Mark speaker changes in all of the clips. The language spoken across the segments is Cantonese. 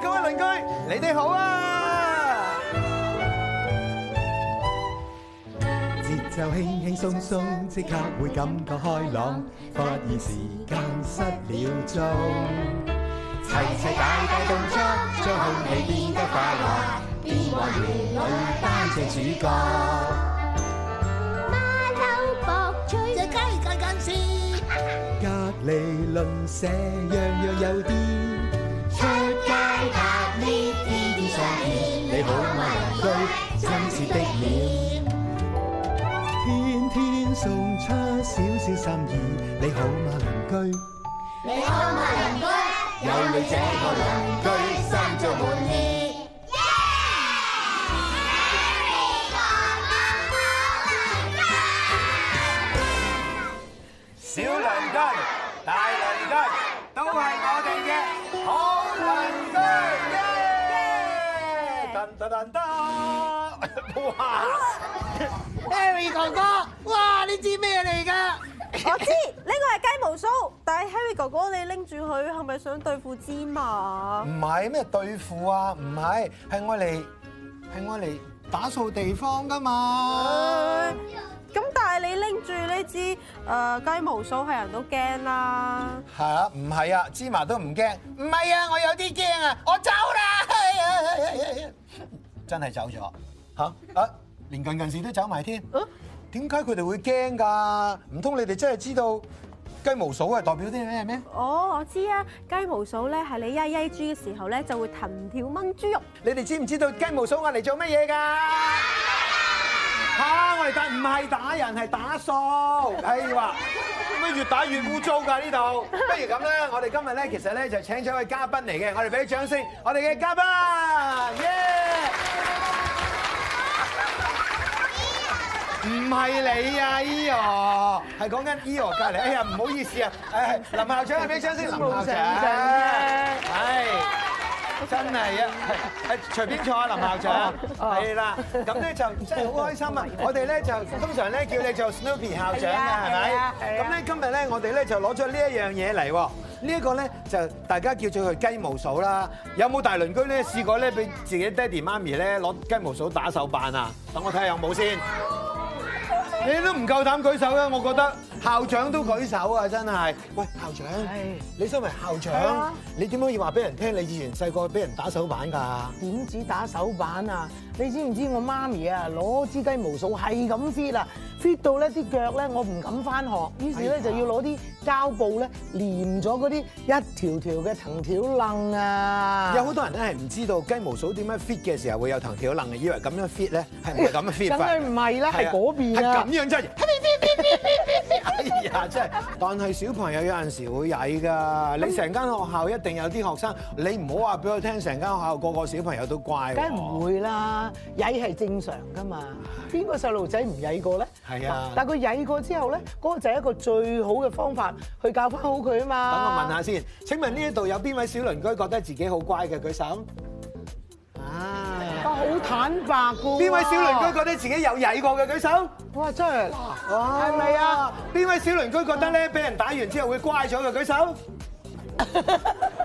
Speaker 1: 鄰居，你哋好啊！
Speaker 2: 節奏輕輕鬆鬆，即刻會感覺開朗，發現時間失了蹤。齊齊大大動作，將空氣變得快樂，變幻園裏扮正主角。
Speaker 3: 馬騮博取隻雞近近視，
Speaker 2: 隔離鄰舍樣樣有啲，
Speaker 3: 出街搭 lift 天天上演。
Speaker 2: 你好嗎鄰居親切的臉天天送出少少心意。你好嗎鄰居？
Speaker 3: 你好嗎鄰居？有你這個鄰居，心中滿意。
Speaker 1: 小鄰居、大鄰居都係我哋嘅好鄰居。耶！噔噔噔噔，哇！
Speaker 4: Harry 哥哥，哇！呢支咩嚟㗎？
Speaker 5: 我知呢個係雞毛掃，但係 Harry 哥哥你拎住佢係咪想對付芝麻
Speaker 1: 唔？係咩對付啊？唔係，係我嚟，係我嚟打掃地方㗎嘛。
Speaker 5: 咁但係你拎住呢支誒雞毛掃係人都驚啦。
Speaker 1: 係啊，唔係啊，芝麻都唔驚。唔係啊，我有啲驚啊，我走啦！哎呀哎呀哎呀哎呀真係走咗嚇啊！連近近視都走埋添。點解佢哋會驚㗎？唔通你哋真係知道雞毛掃係代表啲咩咩？
Speaker 5: 哦，我知啊，雞毛掃咧係你曳曳豬嘅時候咧就會騰條炆豬肉。
Speaker 1: 你哋知唔知道雞毛掃我嚟做乜嘢㗎？嚇、我哋打唔係打人，係打掃。係話乜越打越污糟㗎呢度？不如咁啦，我哋今日咧其實咧就請咗一位嘉賓嚟嘅，我哋俾啲掌聲，我哋嘅嘉賓，耶、唔係你啊，Eo，係講緊 Eo 隔離。哎呀，唔好意思啊，誒，林校長，俾張先，林校長，係，真係啊，係係隨便坐啊，林校
Speaker 4: 哦
Speaker 1: 長，係啦，咁咧就真係好開心啊！我哋咧就通常咧叫你做 Snoopy 校長嘅，係咪
Speaker 4: 係啊？係啊
Speaker 1: 咁咧今日咧我哋咧就攞咗呢一樣嘢嚟喎。呢一個咧就大家叫做佢雞毛掃啦，有冇大鄰居咧試過咧俾自己爹哋媽咪咧攞雞毛掃打手板啊？等我睇下有冇先。你都唔夠膽舉手啦，我覺得校長都舉手啊，真係。喂，校長，你身為校
Speaker 4: 啊
Speaker 1: 長，你點可以話俾人聽你以前細個俾人打手板㗎？
Speaker 4: 點子打手板啊！你知唔知我媽咪啊攞支雞毛掃係咁 fit 啊，fit 到咧啲腳咧我唔敢翻學，於
Speaker 1: 哎
Speaker 4: 是咧就要攞啲膠布咧黏咗嗰啲一條條嘅藤條楞啊！
Speaker 1: 有好多人咧係唔知道雞毛掃點樣 fit 嘅時候會有藤條楞嘅，以為咁樣 fit 咧係唔係咁樣 fit 法
Speaker 4: 梗係唔係啦，
Speaker 1: 係
Speaker 4: 係
Speaker 1: 啊
Speaker 4: 嗰邊啊
Speaker 1: 係咁！樣真係。哎呀，真係！但係小朋友有陣時會曳㗎，你成間學校一定有啲學生，你唔好話俾我聽，成間學校個個小朋友都乖喎。
Speaker 4: 梗係唔會啦，曳係正常噶嘛。邊個細路仔唔曳過咧？
Speaker 1: 係啊
Speaker 4: 嗱但佢曳過之後咧，嗰個就係一個最好嘅方法去教翻好佢啊嘛。
Speaker 1: 等我問下先，請問呢一度有邊位小鄰居覺得自己好乖嘅舉手？
Speaker 4: 啊，好坦白噶喎。
Speaker 1: 邊位小鄰居覺得自己有曳過嘅舉手？
Speaker 4: 哇，真係哦
Speaker 1: 係咪啊？邊位小鄰居覺得咧，俾人打完之後會乖咗嘅舉 手？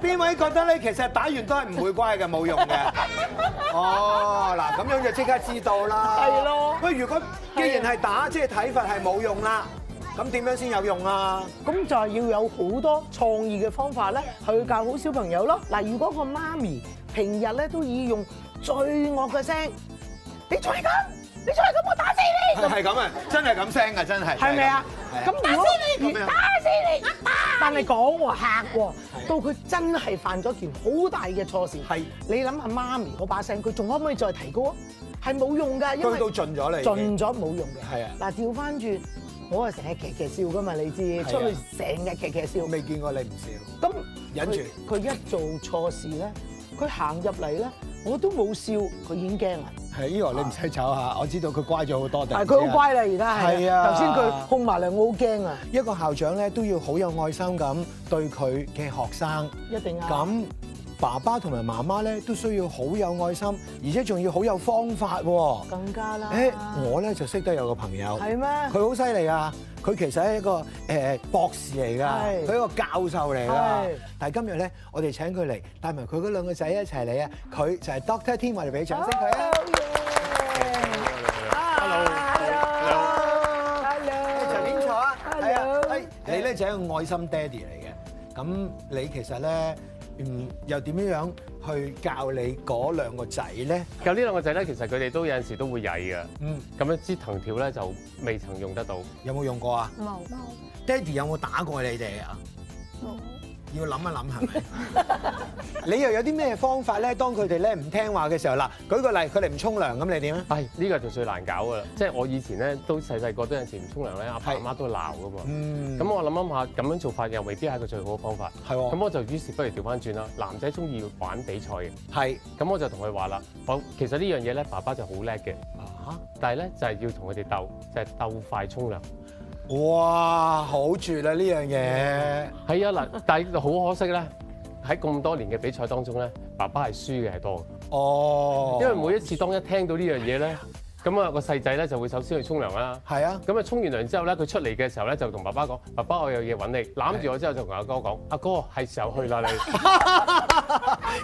Speaker 1: 邊位覺得咧，其實打完都係唔會乖嘅，冇用 嘅。哦，嗱，咁樣就即刻知道啦。
Speaker 4: 係咯
Speaker 1: 喂，如果既然係打，即係體罰係冇用啦，咁點樣先有用啊？
Speaker 4: 咁就係要有好多創意嘅方法咧，去教好小朋友咯。嗱，如果個媽咪平日咧都以用最惡嘅聲，你再咁，你再咁，我打死你！
Speaker 1: 係咁啊，真係咁聲啊，真係。
Speaker 4: 係咪啊？
Speaker 1: 係啊
Speaker 4: 咁如果
Speaker 1: 你咁樣
Speaker 4: 死你！但係講喎嚇喎，到佢真係犯咗件好大嘅錯事，
Speaker 1: 係
Speaker 4: 你諗下媽咪嗰把聲，佢仲可唔可以再提高啊？係冇用㗎，因為
Speaker 1: 居到盡咗啦已經
Speaker 4: 盡咗冇用嘅。
Speaker 1: 係啊
Speaker 4: 嗱調翻轉，我啊係成日騎騎笑㗎嘛，你知
Speaker 1: 啊
Speaker 4: 出去成日騎騎笑
Speaker 1: 我。未見過你唔笑。
Speaker 4: 咁
Speaker 1: 忍住
Speaker 4: 佢佢一做錯事咧，佢行入嚟咧，我都冇笑，佢已經驚啦。
Speaker 1: 係，依個你唔使炒下，我知啊道佢乖咗好多。
Speaker 4: 但係佢好乖啦，而家係。
Speaker 1: 係啊
Speaker 4: 頭先佢控埋嚟，我好驚啊！
Speaker 1: 一個校長咧都要好有愛心咁對佢嘅學生。
Speaker 4: 一定啊。
Speaker 1: 咁爸爸同埋媽媽咧都需要好有愛心，而且仲要好有方法喎。
Speaker 4: 更加啦。
Speaker 1: 誒，我咧就識得有個朋友，
Speaker 4: 係咩
Speaker 1: 佢好犀利啊！佢其實係一個誒博士嚟㗎，佢
Speaker 4: 係
Speaker 1: 一個教授嚟㗎
Speaker 4: 係。
Speaker 1: 但係今日咧，我哋請佢嚟，帶埋佢嗰兩個仔一齊嚟啊！佢就係 Doctor Tim，我哋俾掌聲佢啊！
Speaker 4: Oh。
Speaker 1: 隨便坐啊，係啊，誒你咧就係一個愛心爹哋嚟嘅，咁你其實咧，嗯，又點樣樣去教你嗰兩個仔咧？
Speaker 6: 咁呢兩個仔咧，其實佢哋都有陣時都會曳嘅。
Speaker 1: 嗯，
Speaker 6: 咁樣支藤條咧就未曾用得到。
Speaker 1: 有冇用過啊？
Speaker 7: 冇
Speaker 1: 爹哋有冇打過你哋啊？
Speaker 7: 冇，
Speaker 1: 要諗一諗係咪？ 你又有啲咩方法咧？當佢哋咧唔聽話嘅時候，嗱，舉個例，佢哋唔沖涼咁，你點啊？
Speaker 6: 唉，呢個就最難搞噶啦。即係我以前咧都細細個都有陣時唔沖涼咧，阿
Speaker 1: 嗯
Speaker 6: 爸
Speaker 1: 係
Speaker 6: 阿媽都會鬧噶嘛。
Speaker 1: 嗯，
Speaker 6: 咁我諗諗下，咁樣做法又未必係一個最好嘅方法。
Speaker 1: 係喎
Speaker 6: 咁我就於是不如調翻轉啦。男仔中意玩比賽嘅，
Speaker 1: 係
Speaker 6: 咁我就同佢話啦，我其實呢樣嘢咧，爸爸就好叻嘅，
Speaker 1: 啊，
Speaker 6: 但係咧就係要同佢哋鬥，就係鬥快沖涼。
Speaker 1: 哇，好絕啊啦呢樣嘢！
Speaker 6: 係啊，嗱，但係好可惜咧，喺咁多年嘅比賽當中咧，爸爸係輸嘅係多嘅。
Speaker 1: 哦，
Speaker 6: 因為每一次當一聽到呢樣嘢咧，咁啊個細仔咧就會首先去沖涼啦。
Speaker 1: 係啊，
Speaker 6: 咁啊沖完涼之後咧，佢出嚟嘅時候咧就同爸爸講：爸爸，我有嘢揾你。攬住我之後就同阿哥講：阿哥係時候去啦你。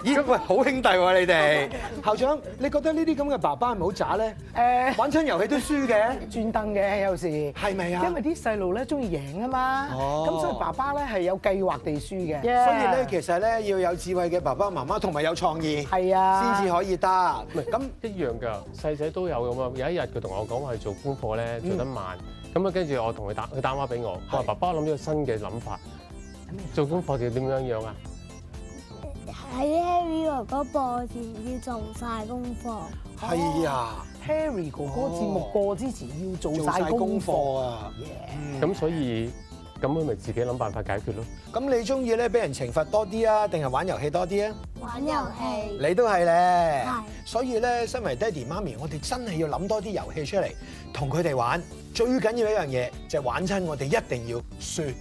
Speaker 1: 咦喂，好兄弟喎你哋！ 校長，你覺得呢啲咁嘅爸爸係咪好渣咧？
Speaker 4: 誒
Speaker 1: 玩親遊戲都輸嘅，
Speaker 4: 專登嘅有時。
Speaker 1: 係咪啊？
Speaker 4: 因為啲細路咧中意贏啊嘛，
Speaker 1: 哦
Speaker 4: 咁所以爸爸咧係有計劃地輸嘅，
Speaker 1: 所以咧，其實咧要有智慧嘅爸爸媽媽同埋有創意，
Speaker 4: 係啊
Speaker 1: 先至可以得。咁
Speaker 6: 一樣㗎，細仔都有咁啊。有一日佢同我講話去做功課咧做得慢，咁啊跟住我同佢打佢打電話俾我，我話爸爸我諗咗個新嘅諗法，做功課就點樣樣啊？
Speaker 7: 喺 Harry 哥哥播前要做晒功課，
Speaker 1: 係啊，
Speaker 4: Harry 哥哥節目播之前要做
Speaker 1: 做
Speaker 4: 晒
Speaker 1: 晒
Speaker 4: 功
Speaker 1: 功
Speaker 4: 課，
Speaker 1: 課啊。
Speaker 6: 咁所以咁佢咪自己諗辦法解決咯。
Speaker 1: 咁你中意咧俾人懲罰多啲啊，定係玩遊戲多啲啊？
Speaker 7: 玩遊戲。
Speaker 1: 你都係咧
Speaker 7: 係，
Speaker 1: 所以咧，身為爹哋媽咪，我哋真係要諗多啲遊戲出嚟同佢哋玩。最緊要一樣嘢就係玩親，我哋一定要輸。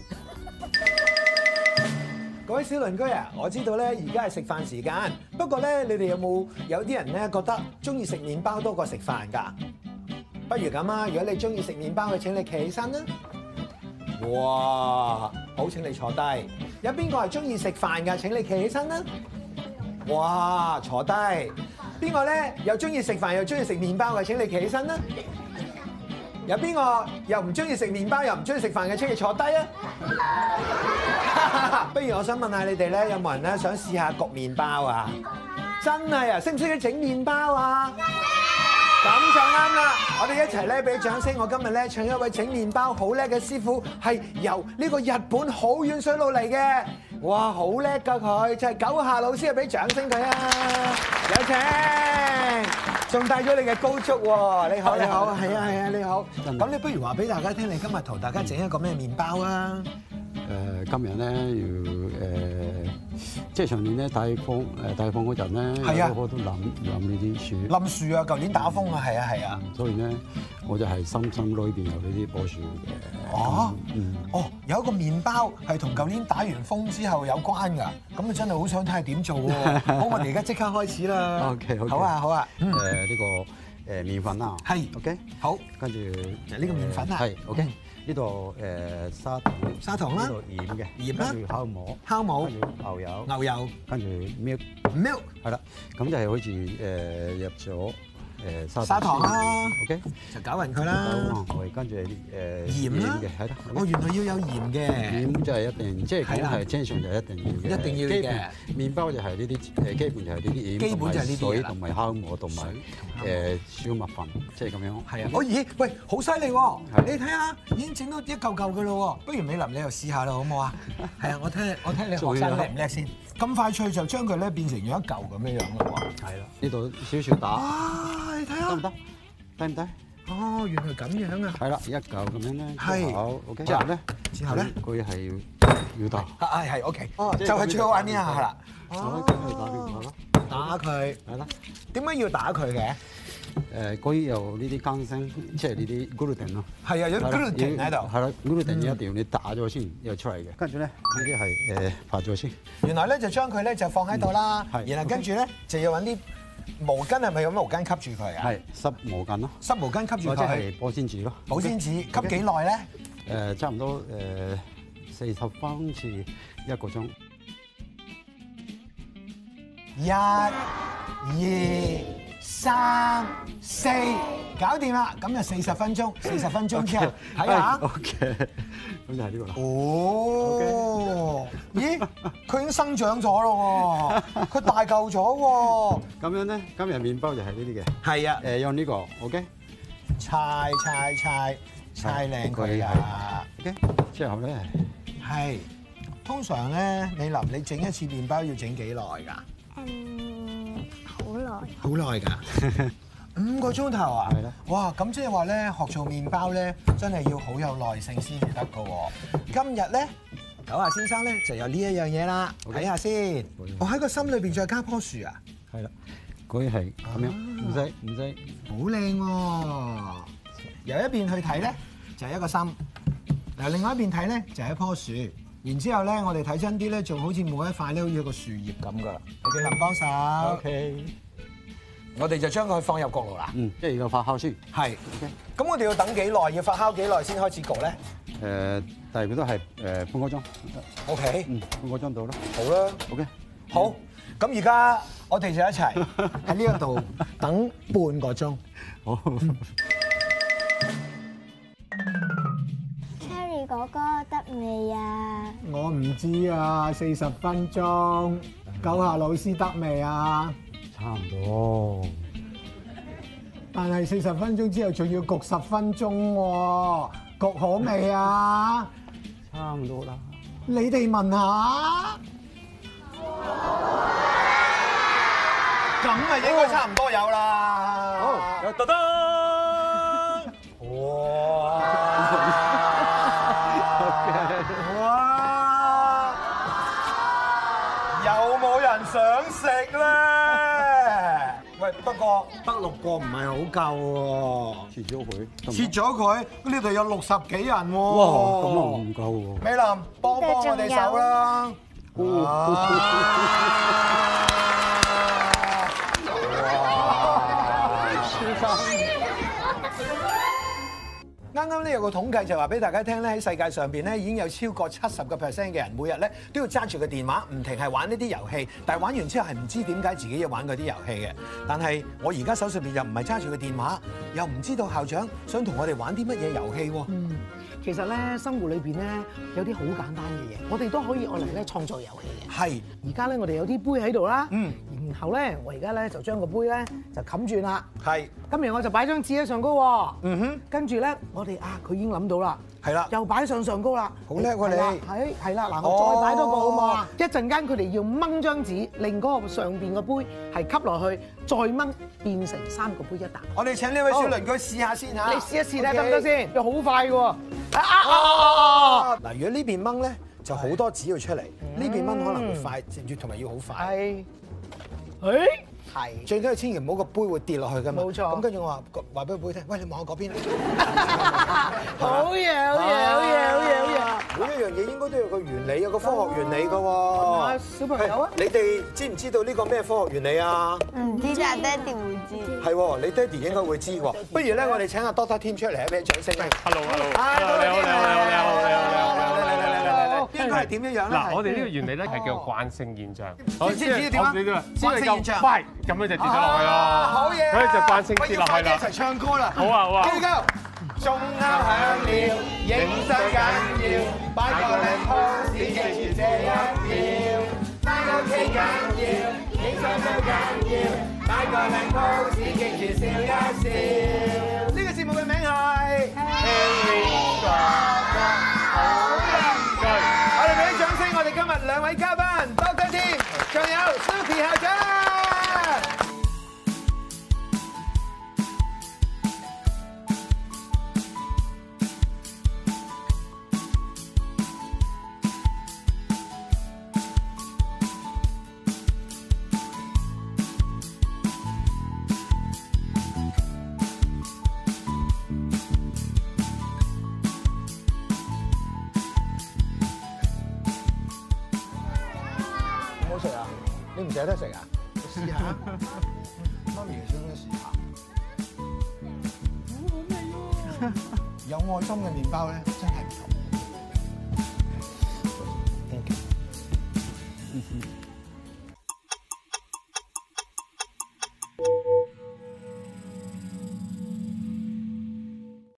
Speaker 1: 各位小鄰居啊，我知道咧，而家係食飯時間，不過咧，你哋有冇有啲人咧覺得中意食麵包多過食飯㗎？不如咁啊，如果你中意食麵包嘅，請你企起身啦。哇，好，請你坐低。有邊個係中意食飯㗎？請你企起身啦。哇，坐低。邊個咧又中意食飯又中意食麵包嘅？請你企起身啦。有邊個又唔中意食麵包又唔中意食飯嘅？請你坐低啊！ 不如我想問下你哋咧，有冇人咧想試下焗麵包啊？真係啊，識唔識得整麵包啊？咁就啱啦！我哋一齊咧俾掌聲。我今日咧請一位整麵包好叻嘅師傅，係由呢個日本好遠水路嚟嘅。哇，好叻㗎佢，就係、九下老師啊！俾掌聲佢啊！有請，仲帶咗你嘅高足喎。你好，你好，係啊，係啊，你好。咁你不如話俾大家聽，你今日同大家整一個咩麵包啊？
Speaker 8: 誒呃今日咧要誒，即係上年咧大風誒大風嗰陣
Speaker 1: 係
Speaker 8: 咧，
Speaker 1: 啊
Speaker 8: 好多都冧冧呢啲樹，
Speaker 1: 冧樹啊！舊年打風啊，係啊，係啊。
Speaker 8: 所以咧我就係深深裏邊有呢啲棵樹嘅。
Speaker 1: 哦
Speaker 8: 嗯，
Speaker 1: 哦，有一個麵包係同舊年打完風之後有關㗎，咁啊真係好想睇下點做 喎。好，我哋而家即刻開始啦。
Speaker 8: OK，OK
Speaker 1: 好啊，好啊。
Speaker 8: 誒
Speaker 1: 嗯，
Speaker 8: 呃呢個誒麵粉啦，
Speaker 1: 係
Speaker 8: OK，
Speaker 1: 好，
Speaker 8: 跟住呃
Speaker 1: 就呢個麵粉啊
Speaker 8: 係 OK，呢度誒砂糖，
Speaker 1: 砂糖啦
Speaker 8: 呢度鹽嘅，
Speaker 1: 鹽啦啊
Speaker 8: 跟住酵母，
Speaker 1: 酵母
Speaker 8: 跟住牛油，
Speaker 1: 牛油
Speaker 8: 跟住 milk，
Speaker 1: milk
Speaker 8: 係啦，咁就係好似誒入咗誒砂
Speaker 1: 砂糖啊啦
Speaker 8: ，OK。
Speaker 1: 就搞勻佢啦。
Speaker 8: 我哋跟住誒呃
Speaker 1: 鹽啊啦
Speaker 8: 嘅係啦，
Speaker 1: 哦，原來要有鹽嘅。
Speaker 8: 鹽就係一定，即係
Speaker 1: 係
Speaker 8: 講
Speaker 1: 啦
Speaker 8: 係正常就一定要嘅，
Speaker 1: 一定要嘅
Speaker 8: 基本麵包就係呢啲誒，基本就係呢啲鹽，
Speaker 1: 基本就係呢啲嘢
Speaker 8: 同埋水
Speaker 1: 啦
Speaker 8: 同埋酵母同埋誒小麥粉，即係咁樣。
Speaker 1: 係啊，哦咦，喂，好犀利喎！
Speaker 8: 嗯係
Speaker 1: 你睇下，已經整到一嚿嚿嘅咯喎。不如美林，你又試下啦，好唔好 啊？係啊，我睇我睇你學生叻唔叻先。咁快脆就將佢咧變成咗一嚿咁樣樣咯喎。
Speaker 8: 係啦，呢度少少打
Speaker 1: 啊，你睇
Speaker 8: 得
Speaker 1: 下，
Speaker 8: 唔得？得唔得？
Speaker 1: 哦，原來咁樣啊。
Speaker 8: 係啦，一嚿咁樣咧，
Speaker 1: 係
Speaker 8: 好 OK。
Speaker 1: 之後
Speaker 8: 咧，
Speaker 1: 之後咧
Speaker 8: 佢佢係要要打，
Speaker 1: 啊，係 À, OK，
Speaker 8: 即
Speaker 1: 就
Speaker 8: 係
Speaker 1: 係最好玩呢下啦，
Speaker 8: 所以佢打邊
Speaker 1: 哦
Speaker 8: 個啦？
Speaker 1: 打佢。
Speaker 8: 係啦，
Speaker 1: 點解要打佢嘅？
Speaker 8: 誒呃嗰啲有呢啲更生，即係呢啲 gluten 咯。
Speaker 1: 係啊，有 gluten 喺度。
Speaker 8: 係啦，gluten 一定要你打咗先又出嚟嘅。嗯跟住咧，呢啲係誒拍咗先，
Speaker 1: 原來咧就將佢咧就放喺度啦
Speaker 8: 嗯，係
Speaker 1: 然後跟住咧就要揾啲毛巾，係咪用毛巾吸住佢啊？
Speaker 8: 哦係濕毛巾咯，
Speaker 1: 濕毛巾吸住
Speaker 8: 或者
Speaker 1: 佢，
Speaker 8: 係波先紙咯。
Speaker 1: 保鮮紙吸幾耐咧？
Speaker 8: 誒差唔多誒四十方次一個鐘。
Speaker 1: 一、二、三、四，搞掂啦！咁就四十分鐘，四十分鐘之後睇下。
Speaker 8: 哎 OK，咁就係呢個啦。
Speaker 1: 哦，咦，佢已經生長咗咯喎，佢大嚿咗
Speaker 8: 咁樣咧，今日麵包就係呢啲嘅。
Speaker 1: 喎。係啊，
Speaker 8: 誒用呢個，OK，
Speaker 1: 猜猜猜猜靚佢啊！
Speaker 8: OK，之後咧
Speaker 1: 係，通常咧，美林你整一次麵包要整幾耐㗎？
Speaker 7: 嗯，好耐。
Speaker 1: 好耐㗎， 五個鐘頭啊！
Speaker 8: 係啦
Speaker 1: 哇，咁即係話咧，學做麵包咧，真係要好有耐性先至得㗎喎。今日咧，九啊先生咧就有呢一樣嘢啦，
Speaker 8: OK
Speaker 1: 睇下先
Speaker 8: 好嘅。
Speaker 1: 我喺個心裏邊再加棵樹啊，
Speaker 8: 係啦，嗰啲係咁樣，唔使唔使。
Speaker 1: 好靚喎！由一邊去睇咧就係一個心，嗱另外一邊睇咧就係一棵樹。然之後咧，我哋睇真啲咧，仲好似每一塊咧好似一個樹葉咁㗎。你林幫手
Speaker 8: OK，
Speaker 1: 我哋就將佢放入焗爐啦。
Speaker 8: 嗯，即係要發酵先。
Speaker 1: 係。咁我哋要等幾耐？要發酵幾耐先開始焗咧
Speaker 8: 誒，但呃係佢都係誒半個鐘，
Speaker 1: ？OK，
Speaker 8: 嗯，半個鐘到啦。
Speaker 1: 好啦，
Speaker 8: OK，
Speaker 1: 好。咁而家我哋就一齊喺呢一度等半個鐘。
Speaker 8: 好。
Speaker 7: Cherry 哥哥得未啊？
Speaker 1: 我唔知啊，四十分鐘，救下老師得未啊？
Speaker 8: 差唔多。
Speaker 1: 但係四十分鐘之後仲要焗十分鐘喎，焗好未啊？
Speaker 8: 差唔多啦。
Speaker 1: 你哋問下。咁啊，應該差唔多有啦。好，
Speaker 8: 得得。
Speaker 1: 哇！有冇人想食咧？喂，不過得六個唔係好夠
Speaker 8: 切咗佢。
Speaker 1: 喎，切咗佢呢度有六十幾人喎。
Speaker 8: 哇，咁啊哦唔夠喎。
Speaker 1: 美林幫幫我哋手啦！
Speaker 8: 哦
Speaker 1: 啊啱啱咧有個統計就話俾大家聽咧，喺世界上邊咧已經有超過七十個 percent 嘅人每日咧都要揸住個電話，唔停係玩呢啲遊戲，但係玩完之後係唔知點解自己要玩嗰啲遊戲嘅。但係我而家手上邊又唔係揸住個電話，又唔知道校長想同我哋玩啲乜嘢遊戲喎。
Speaker 4: 嗯其實咧，生活裏邊咧有啲好簡單嘅嘢，我哋都可以愛嚟咧創造遊戲嘅。
Speaker 1: 係
Speaker 4: 而家咧，我哋有啲杯喺度啦，
Speaker 1: 嗯
Speaker 4: 然後咧，我而家咧就將個杯咧就冚住啦，
Speaker 1: 係，
Speaker 4: 咁然後我就擺張紙喺上高喎，
Speaker 1: 嗯哼，
Speaker 4: 跟住咧，我哋啊，佢已經諗到啦，
Speaker 1: 係啦。
Speaker 4: 又擺上上高啦，
Speaker 1: 好叻喎你
Speaker 4: 係啦係係啦，嗱，
Speaker 1: 哦
Speaker 4: 我再擺多個好唔好啊？一陣間佢哋要掹張紙，令嗰個上邊個杯係吸落去，再掹變成三個杯一啖。
Speaker 1: 我哋請呢位小鄰居試下先嚇，
Speaker 4: 你試一試睇
Speaker 1: 啊 OK 哦
Speaker 4: 得唔得？先？又好快嘅喎，啊啊啊啊啊！
Speaker 1: 嗱，如果呢邊掹咧，就好多紙要出嚟；呢邊掹可能會快，接住同埋要好快。
Speaker 4: 係，誒，係。
Speaker 1: 最緊要千祈唔好個杯會跌落去㗎嘛。
Speaker 4: 冇錯
Speaker 1: 咁跟住我話話俾個杯聽，喂，你望我嗰邊啊！
Speaker 4: 好嘢，好嘢，好嘢，好嘢，好嘢！
Speaker 1: 每一樣嘢應該都有個原理，有個科學原理㗎
Speaker 4: 問下
Speaker 1: 喎。
Speaker 4: 小朋友啊
Speaker 1: 係你哋知唔知道呢個咩科學原理啊？
Speaker 7: 唔知但爹哋會知。
Speaker 1: 係喎，你爹哋應該會知喎。不如咧，我哋請阿 Doctor Tim 出嚟，俾啲掌聲啊！
Speaker 6: Hello，Hello，你
Speaker 1: 啊
Speaker 6: 好，你好，你好，你好，你好，你好。
Speaker 1: 嚟嚟嚟嚟嚟嚟，應該係點樣樣咧？
Speaker 6: 嗱，我哋呢個原理咧係叫慣性現象。我
Speaker 1: 知唔知點啊
Speaker 6: 我知道啦知
Speaker 1: 慣性
Speaker 6: 你
Speaker 1: 現象
Speaker 6: 夠快，咁樣就跌咗落
Speaker 1: 啊
Speaker 6: 去啦。
Speaker 1: 好嘢啊！
Speaker 6: 咁樣就慣性跌落去
Speaker 1: 不如快啲
Speaker 6: 啦
Speaker 1: 一。齊唱歌啦！
Speaker 6: 好啊好啊
Speaker 1: ，Go Go！鐘敲響了，影相緊要，擺個靚 pose 記住這一秒，翻屋企緊要，影相最緊要，擺個靚 pose 記住笑一笑。呢個節目嘅名係 Harry 哥哥好鄰居，我哋俾啲掌聲，我哋今日兩位嘉賓 Doctor Tim，仲有 Suki 校長。好食啊！你唔捨得食啊？試下，媽咪想唔想試下？有愛心嘅麵包咧，真係唔同。